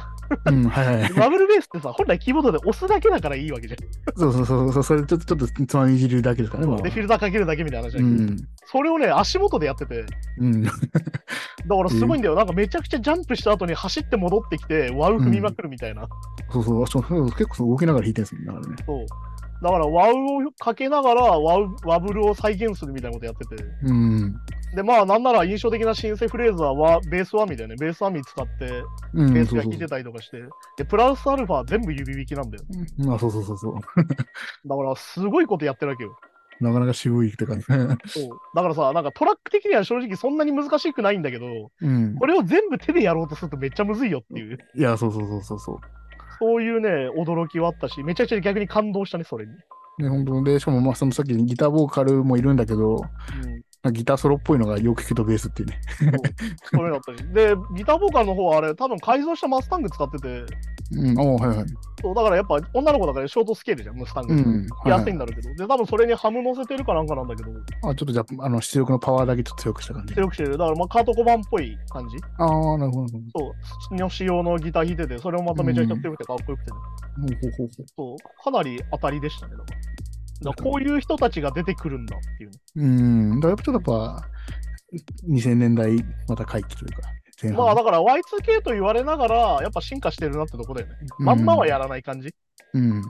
ん。うん、はいはい。ワブルベースってさ、本来キーボードで押すだけだからいいわけじゃん。そうそうそうそう、それちょっと、ちょっとつまみじるだけですからね、まあで、フィルターかけるだけみたいな話だうけど、ん。それをね、足元でやってて、うん。だからすごいんだよ、なんかめちゃくちゃジャンプした後に走って戻ってきて、ワウ踏みまくるみたいな。そうそうそうそう、結構そう動きながら弾いてるんですもんね、だからね。そうだからワウをかけながらワウワブルを再現するみたいなことやってて。うん。で、まあなんなら印象的なシンセフレーズはワベースワミだよね。ベースワミ使って、うん、ベースが弾そいうそてうたりとかして。で、プラスアルファは全部指弾きなんだよ。うんあそうそうそうそう。だからすごいことやってるわけよ。なかなか渋いって感じ ね。そうだからさ、なんかトラック的には正直そんなに難しくないんだけど、うん。これを全部手でやろうとするとめっちゃむずいよっていう、いや、そうそうそうそうそう。そういうね、驚きはあったし、めちゃくちゃ逆に感動したね、それに。ね、本当で、しかも、まあ、そのさっきギターボーカルもいるんだけど、うん、なんかギターソロっぽいのがよく聞くとベースっていうね。それだったし。で、ギターボーカルの方はあれ、多分改造したマスタング使ってて、うん、おーはいはい。そうだからやっぱ女の子だからショートスケールじゃん、ムスタング。うん。はい安はいい、んだろうけど、で、多分それにハム乗せてるかなんかなんだけど、あちょっとじゃあ、あの出力のパワーだけちょっと強くした感じ。出力してる。だからまあカートコ版っぽい感じああ、なるほど。なるほどそう、の仕様のギター弾いてて、それをまためちゃくちゃ強くてかっこよくてね、ほうほうほうほそう、かなり当たりでしたね、だから。だからこういう人たちが出てくるんだっていうね、う。うん。だからやっぱちょっとやっぱ、2000年代、また回帰というか、前半。まあだから Y2K と言われながら、やっぱ進化してるなってとこだよね。まんまはやらない感じ。うん。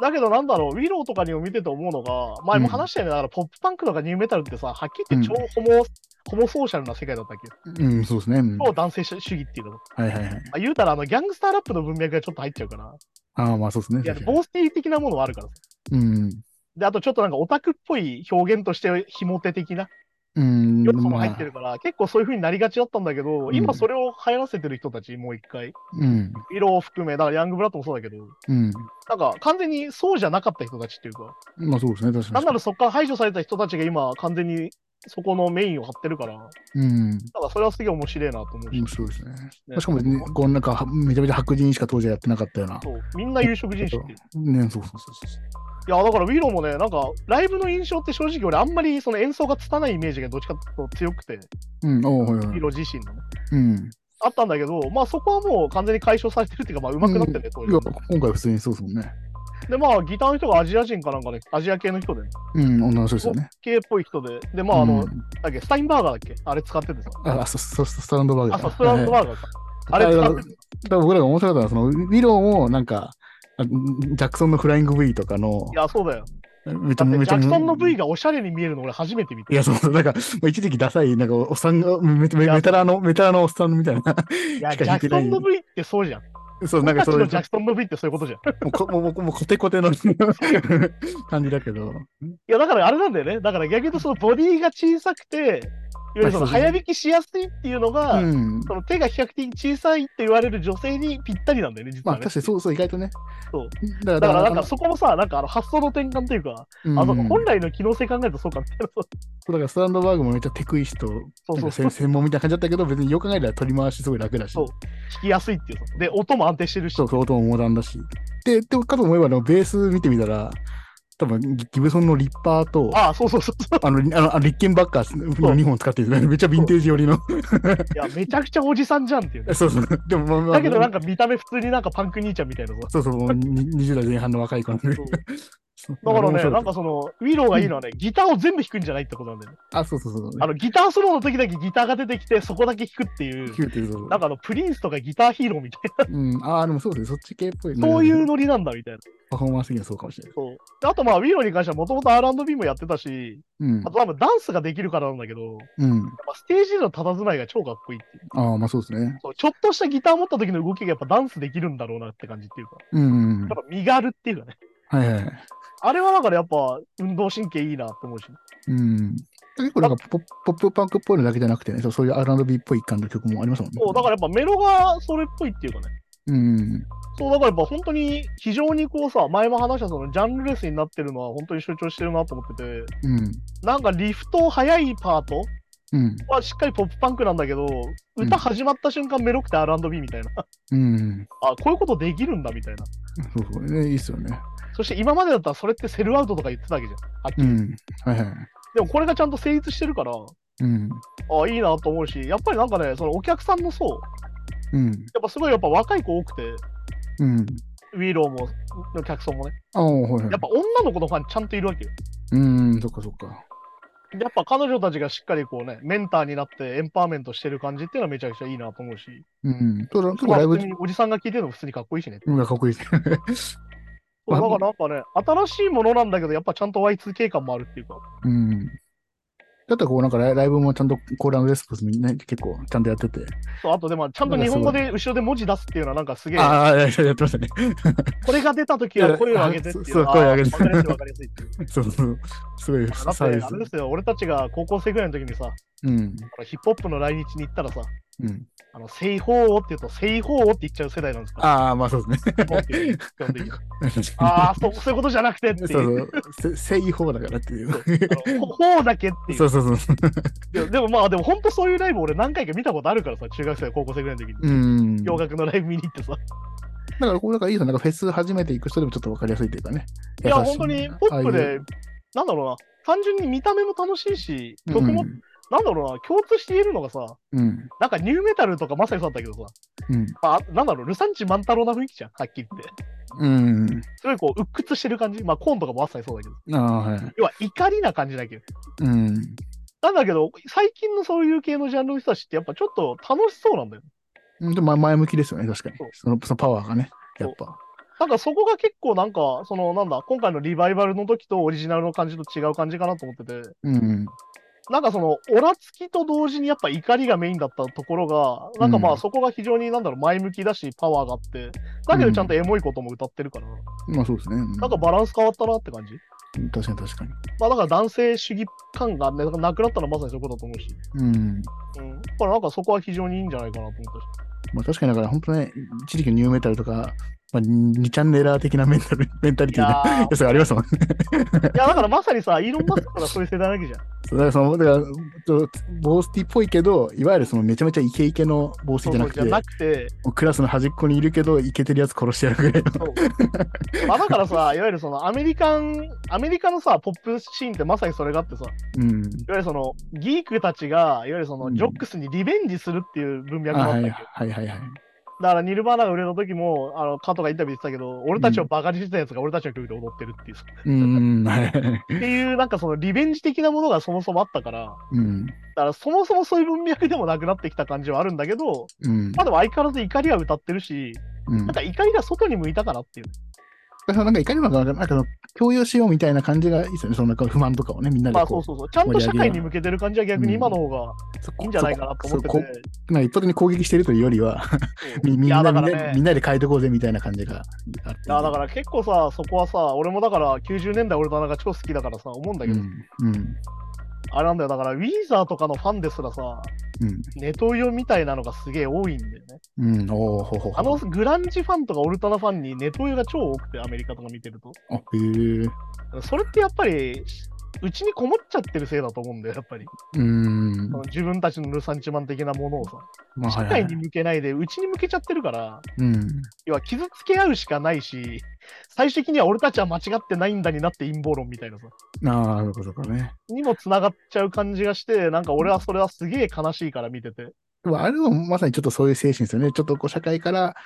だけどなんだろう、ウィローとかにも見てて思うのが、前も話したよね、だからポップパンクとかニューメタルってさ、はっきり言って超ホモ,、ホモソーシャルな世界だったっけうん、そうですね。うん超男性主義っていうの。はいはいはい。あ言うたらあのギャングスターラップの文脈がちょっと入っちゃうから、ああ、まあそうですね。いや確かにボースティー的なものはあるからさ。うん。で、あとちょっとなんかオタクっぽい表現としてひも手的なうん。要素も入ってるから、結構そういう風になりがちだったんだけど、うん今それを流行らせてる人たち、もう一回。まあうん。色を含め、だからヤングブラッドもそうだけど、うなん。んか完全にそうじゃなかった人たちっていうか、まあそうですね、確かなに。んならそこから排除された人たちが今完全にそこのメインを張ってるから、だうん。からそれはすげえ面白いなと思うし、面白いですね。ねしかも、ね、こうなんか、めちゃめちゃ白人しか当時はやってなかったような。そうみんな有色人種っていう。ね、そうそうそうそう。いや、だからウィローもね、なんかライブの印象って正直俺あんまりその演奏が拙いイメージがどっちかというと強くて、うん、おうはいウはィい。ロー自身のね。うん。あったんだけど、まあそこはもう完全に解消されてるっていうか、まあ上手くなってるね、当いや、時。今回普通にそうですもんね。で、まあギターの人がアジア人かなんかで、アジア系の人で、ね、うん、女の人ですよね。系っぽい人で、で、まああの、うんだっけ、スタインバーガーだっけあれ使っててさ。あ、あそそそスタンドバーガあ、ーそだ。う、スタインーバーガーか。あれだ使かっらててだから僕らが面白かったのは、その、ウィローも、なんか、あジャクソンのフライング V とかのい、や、そうだよ。めちだゃってめジちゃ。ャクソンの V がおしゃれに見えるの俺初めて見た。いや、そうそう、なんか、まあ一時期ダサい、なんか、おっさんが、めめいやメタラの、メタラのおっさんみたいな。 いや、しジか弾ャいてクなソいンの V ってそうじゃん。そう、なん僕たちかそういのうジ、ャクソンの V ってそういうことじゃん。いもうこ、もう、もう、もうコテコテの 感じだけど。や、だからあれなんだよね。だから逆に言うと、そのボディが小さくて、いわゆるそのまあそう早弾きしやすいっていうのが、うん。その手が比較的小さいって言われる女性にぴったりなんだよね、実まはあ、ね。確かにそうそう、意外とね。そう。だだからなんあのかそこもさ、なんかあの発想の転換というか、うんあ、そうか、本来の機能性考えるとそうかみたいな。そうだからスタンドバーグもめっちゃテクい人、そうなそんうかそう専。専門みたいな感じだったけど、別によく考えたら取り回しすごい楽だし。そう弾きやすいっていうさ。で、音も安定してるし。そう、音もモダンだし。で、でもかと思えば、あのベース見てみたら、多分ギギブソンのリッパーと、ああ、そうそうそうそう。あの、あの、あのリッケンバッカーの2本使ってる。めっちゃヴィンテージ寄りの。いや、めちゃくちゃおじさんじゃんっていうね。 そうそう。でも、まあまあ、だけどなんか見た目普通になんかパンク兄ちゃんみた いなさ。そうそう、もうに20代前半の若い子なんで。そうそうだから面ね、白いなんかその、ウィローがいいのはね、ギターを全部弾くんじゃないってことなんだよね。あ、そうそうそう。あの、ギターソロの時だけギターが出てきて、そこだけ弾くっていう、キューっていうそうそうなんかあの、プリンスとかギターヒーローみたいうん。ああ、でもそうですね。そっち系っぽい。な、そういうノリなんだみたいな。パフォーマンス的にはそうかもしれない。そう。であとまあ、ウィローに関してはもともと R&B もやってたし、うんあ。と多分ダンスができるからなんだけど、うん。まあ、ステージでの佇まいが超かっこいいっていう。ああ、まあそうですね。そうちょっとしたギター持った時の動きがやっぱダンスできるんだろうなって感じっていうか、うんうん。やっぱ身軽っていうかね。はいはい。あれはだからやっぱ運動神経いいなと思うし、うん。結構なんかポッポップパンクっぽいのだけじゃなくてね、そうそういう R&B っぽい感じの曲もありますもんね。そうだからやっぱメロがそれっぽいっていうかね、うん。そう、だからやっぱ本当に非常にこうさ、前も話したそのジャンルレスになってるのは本当に主張してるなと思ってて、うん。なんかリフト早いパートうん。はしっかりポップパンクなんだけど、うん歌始まった瞬間メロくて R&B みたいな。うん。あ、こういうことできるんだみたいな。そうそう。ね、いいっすよね。そして今までだったらそれってセルアウトとか言ってたわけじゃん。はっきりうん。はいはい。でもこれがちゃんと成立してるから、うん。あいいなと思うし、やっぱりなんかね、そのお客さんの層、やうん。っぱすごいやっぱ若い子多くて、うん。ウィーローも、の客層もね、ああ、はいはいやっ。ぱ女の子のファンちゃんといるわけよ。うん。そっかそっか。やっぱ彼女たちがしっかりこうね、メンターになってエンパワーメントしてる感じっていうのはめちゃくちゃいいなと思うし、うん。そうだ、結ま構あライブ普通、におじさんが聴いてるのも普通にかっこいいしね。うん、かっこいいです。そうまあだからなんかね、新しいものなんだけど、やっぱちゃんと Y2K 感もあるっていうか、 うん。だったらこう、なんかライライブもちゃんとコーランデスクスみんな結構ちゃんとやってて。そうあとでもちゃんと日本語で後ろで文字出すっていうのはなんかすげえ、ああ、やってましたね。これが出た時は声を上げてっていうのそうそう声はを上げて分かりやすい分かりやすいっていう。そうそう。すごだいって、サあーれビス。ですよ、俺たちが高校生ぐらいの時にさ、うん。あのヒップホップの来日に行ったらさ、うん。あの、西方をって言うと、西方をって言っちゃう世代なんですから。ああ、まあそうですね。日本っていう基本的 に確かああ、そうそういうことじゃなくてっていに。う。そうそう。せ正義法だからっていう。あのほほうだけっていう そうそうそう。でも。でもまあ、でも本当そういうライブ俺何回か見たことあるからさ、中学生、高校生ぐらいの時に。うん。洋楽のライブ見に行ってさ。だからこう、だからいいですよ。なんかフェス初めて行く人でもちょっとわかりやすいというかね。いや、優し本当にポップああいでう、なんだろうな、単純に見た目も楽しいし、曲も、うんなんだろうな、共通して言えるのがさ、うん。なんかニューメタルとかまさにそうだったけどさ、うん。まあ、なんだろう、ルサンチ万太郎な雰囲気じゃん、はっきり言って。うん。すごいこう、鬱屈してる感じ。まあ、コーンとかもまさにそうだけど。ああ、はい。要は怒りな感じだけど。うん。なんだけど、最近のそういう系のジャンルの人たちって、やっぱちょっと楽しそうなんだよ。でもま前向きですよね、確かにそう。そのそのパワーがね、やっぱ。なんかそこが結構なんか、そのなんだ、今回のリバイバルの時とオリジナルの感じと違う感じかなと思ってて、うん。なんかその、オラつきと同時にやっぱ怒りがメインだったところが、なんかまうあんそこが非常になんだろう、前向きだし、パワーがあって、だけどちゃんとエモいことも歌ってるから、まあそうですね。うんなんかバランス変わったなって感じ。確かに確かに。まあだから男性主義感がねなくなったのはまさにそういうことだと思うし、うん。うん。だからなんかそこは非常にいいんじゃないかなと思ったし。まあ確かにだから本当ね、一時期のニューメタルとか、まあ、2チャンネラー的なメンタル、メンタリティなやつがありましたもんね。いや、だからまさにさ、イーロン・マスクとかそういう世代だ けじゃん。そうだからその、だから、ちょっとボースティっぽいけど、いわゆるそのめちゃめちゃイケイケのボーステそィうじゃそなうくじて、ゃなくて、もうクラスの端っこにいるけど、イケてるやつ殺してやるぐらいの。そうまあだからさ、いわゆるそのアメリカン、アメリカのさ、ポップシーンってまさにそれがあってさ、いわうん。ゆるそのギークたちが、いわゆるそのうんジョックスにリベンジするっていう文脈あもあったはけいど、はいはいはい。だからニルバーナが売れた時も、あの、加藤がインタビューしてたけど、俺たちをバカにしてたやつが俺たちの曲で踊ってるっていう、うん。はいっていうなんかそのリベンジ的なものがそもそもあったから、うん。だからそもそもそういう文脈でもなくなってきた感じはあるんだけど、うんま。あでも相変わらず怒りは歌ってるし、うんなんか怒りが外に向いたかなっていう。なんかいかにもなんかなんか共有しようみたいな感じがいいですよね。そのなんか不満とかをね、みんなでまあそこうそうそう。ちゃんと社会に向けてる感じは逆に今の方がう、そこいいんじゃないかなと思ってそこて。そこなんか一方的に攻撃してるというよりは、みみんいやだなみかんらなみね。んなで変えてこうぜみたいな感じがあって。いやだから結構さ、そこはさ、俺もだから90年代俺となんか超好きだからさ、思うんだけうど、ん。うん。あれなんだよ、だからウィーザーとかのファンですらさ、うん。ネトウヨみたいなのがすげえ多いんだよね。うん。おおほうほうほうあのグランジファンとかオルタナファンにネトウヨが超多くて、アメリカとか見てると。あへえ。それってやっぱり、うちにこもっちゃってるせいだと思うんだよ、やっぱり。うん。その自分たちのルサンチマン的なものをさ、まあ、社はい会はにい。向けないで、うちに向けちゃってるから、うん。要は傷つけ合うしかないし、最終的には俺たちは間違ってないんだになって陰謀論みたいなさ、ああ、そういうことかね。にもつながっちゃう感じがして、なんか俺はそれはすげえ悲しいから見てて。でもあれもまさにちょっとそういう精神ですよね。ちょっとこう社会から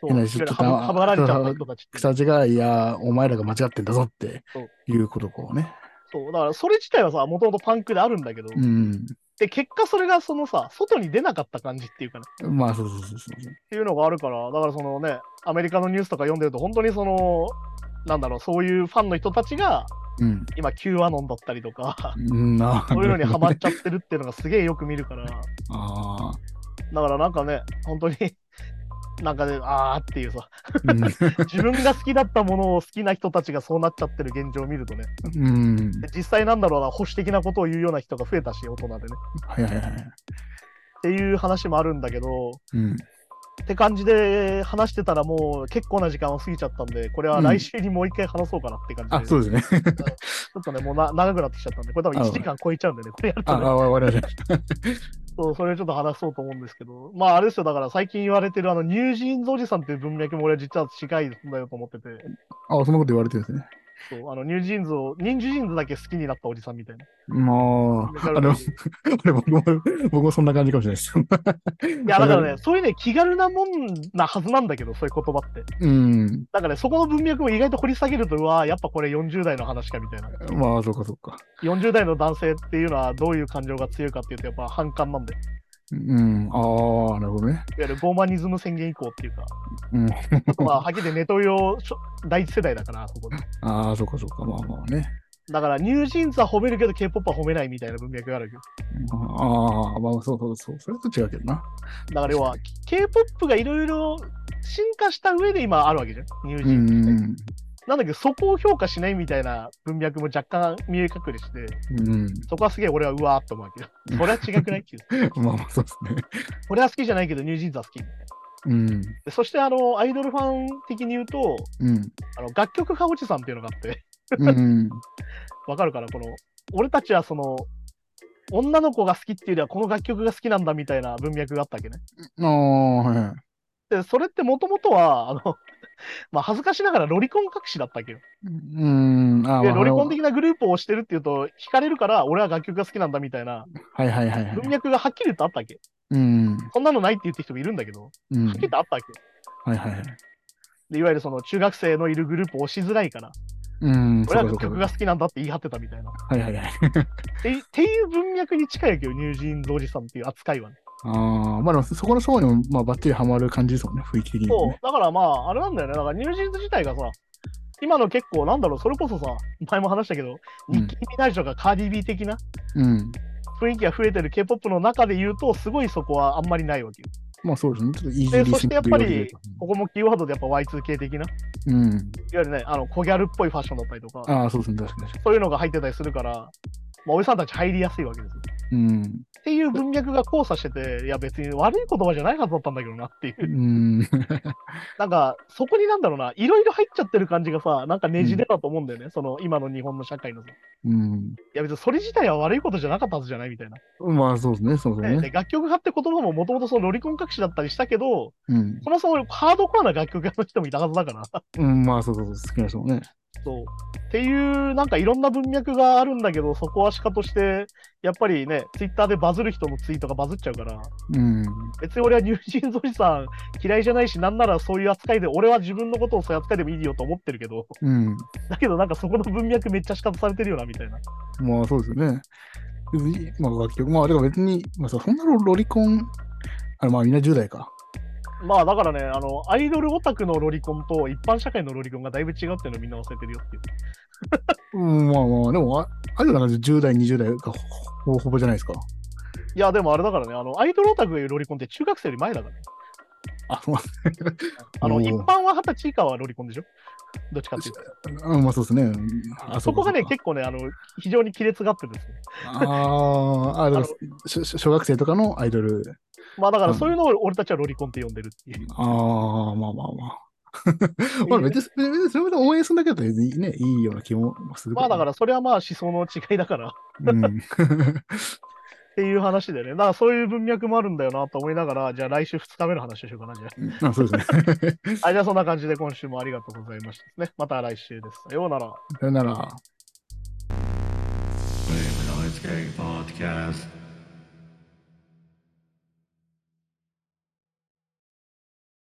そ、いうやいちわょっとゆるははばられちゃった人たちって。草たちが、いやー、お前らが間違ってんだぞってそういうことをこうね。そう、だからそれ自体はさ、もともとパンクであるんだけど、うん。で、結果それがそのさ、外に出なかった感じっていうかね、まあ、そうそうそうそう。っていうのがあるから、だからそのね、アメリカのニュースとか読んでると、本当にその、なんだろう、そういうファンの人たちが、うん。今、Q アノンだったりとか、うんなそういうのにハマっちゃってるっていうのがすげえよく見るから。ああ。だからなんかね、本当に、 なんかね、あーっていうさ、うん自分が好きだったものを好きな人たちがそうなっちゃってる現状を見るとね、うん。で実際なんだろうな、保守的なことを言うような人が増えたし、大人でね。はいはいはい。っていう話もあるんだけど、うん。って感じで話してたらもう結構な時間を過ぎちゃったんで、これは来週にもう一回話そうかなって感じで、あ、そうですね。ちょっとね、もうな長くなってきちゃったんで、これ多分1時間超えちゃうんでね、これやるあ、とね、あわかりました。そうそれをちょっと話そうと思うんですけど、まああれですよ、だから最近言われてるあの、ニュージーンズおじさんっていう文脈も俺は実は近いんだよと思ってて、あ、そんなこと言われてるんですね。そうあのニュージーンズを、ニュージーンズだけ好きになったおじさんみたいな。ま あ、あの、あれ僕も、僕もそんな感じかもしれないです。いやだからね、そういうね、気軽なもんなはずなんだけど、そういう言葉って。うん。だからね、そこの文脈を意外と掘り下げると、うわーやっぱこれ40代の話かみたいな。まあ、そうかそうか。 40代の男性っていうのはどういう感情が強いかっていうと、やっぱ反感なんで、いわうん。ああ、なるほどね。ゆるゴーマニズム宣言以降っていうか、うん。まあ、はっきり言ってネトウヨしょ第一世代だから、そこで。ああ、そうかそうか。まあまあね。だから、ニュージーンズは褒めるけど、K-POP は褒めないみたいな文脈があるけど。ああ、まあそうそうそう。それと違うけどな。だから、要は、K-POP がいろいろ進化した上で今あるわけじゃん、ニュージうーンズって。ん。なんだけど、そこを評価しないみたいな文脈も若干見え隠れして、うん。そこはすげえ俺はうわーっと思うわけど、それは違くない っていう。まあまあそうですね。俺は好きじゃないけど、ニュージーンズは好きみたいな。うん。でそして、あの、アイドルファン的に言うと、うん。あの楽曲派おじさんっていうのがあって、うん。わかるかなこの俺たちはその女の子が好きっていうよりはこの楽曲が好きなんだみたいな文脈があったわけね。ああ、はいはい。でそれってもともとはあの まあ恥ずかしながらロリコン隠しだったわけよ。うん。ああ、でロリコン的なグループを推してるっていうと惹かれるから俺は楽曲が好きなんだみたいなはいはいはいはい。文脈がはっきり言ってあったわけ。うん。そんなのないって言ってる人もいるんだけどはうっん。きり言ってあったわけ。はいはいはい。でいわゆるその中学生のいるグループを推しづらいからうん。俺はそうかそうか曲が好きなんだって言い張ってたみたいな。っはいはいはい。てっていう文脈に近いわけよニュージーンズおじさんっていう扱いはね。ああ、まあでもそこの層にも、まあ、ばっちりハマる感じですもんね、雰囲気的に、ね。そう、だからまあ、あれなんだよね。だからニュージーンズ自体がさ、今の結構、なんだろう、それこそさ、前も話したけど、うんニッキー・ミナージュとかカーディビー的なうん。雰囲気が増えてる K-POP の中で言うと、すごいそこはあんまりないわけよ。まあそうですね、ちょっとイージでーリスニングと言われるそここもキーワードでやっぱ Y2K 的な、いわうん。ゆるね、あの、小ギャルっぽいファッションだったりとか、ああ、そうですね、確かに確かそういうのが入ってたりするから、まあ、おじさんたち入りやすいわけですよ。に。うん。っていう文脈が交差してて、いや別に悪い言葉じゃないはずだったんだけどなっていうう。ん。なんか、そこになんだろうな、いろいろ入っちゃってる感じがさ、なんかねじれだと思うんだよね、その今の日本の社会のさ。いうん。や別にそれ自体は悪いことじゃなかったはずじゃないみたいな。まあそうですね、そうですねね。で楽曲派って言葉ももともとそのロリコン隠しだったりしたけど、うん。そもそもハードコアな楽曲家の人もいたはずだから。うん、まあそうそうそう、好きな人もね。そう。っていう、なんかいろんな文脈があるんだけど、そこはしかとして、やっぱりね、ツイッターでバズる人のツイートがバズっちゃうから、うん。別に俺はニュージーンズおじさん嫌いじゃないし、なんならそういう扱いで、俺は自分のことをそういう扱いでもいいよと思ってるけど、うん。だけどなんかそこの文脈めっちゃ仕方されてるよなみたいな。まあそうですよね。別にまあ楽曲、まあだから別に、まあそうそんなロロリコン、あまあみんな10代か。まあだからね、あの、アイドルオタクのロリコンと一般社会のロリコンがだいぶ違うっていうのをみんな忘れてるよっていう。うん、まあまあ、でも、ああるような感じで10代、20代がほほぼほぼじゃないですか。いや、でもあれだからね、あの、アイドルオタクがいるロリコンって中学生より前だから。あ、そうあの、おー一般は二十歳以下はロリコンでしょどっちかっていうと。あまあそうですね。あそこがね、うか結構ね、あの、非常に亀裂があってですね。あーあ、だからしし小学生とかのアイドル。まあだかうらんそういうのを俺たちはロリコンって呼んでるっていう。ああ、まあまあまあ。 まあ別に、別にそれまで応援するだけだったら別にね、いいような気もする。まあだかららそれはまあ思想の違いだからっ うん。 ていう話でね。だからそういう文脈もあるんだよなと思いながら、じゃあ来週2日目の話をしようかな、じゃあ。あそうですね。 はい、じゃあそんな感じで今週もありがとうございましたですね。また来週です。さようなら。さよなら。 Flame and Ice Gang Podcast.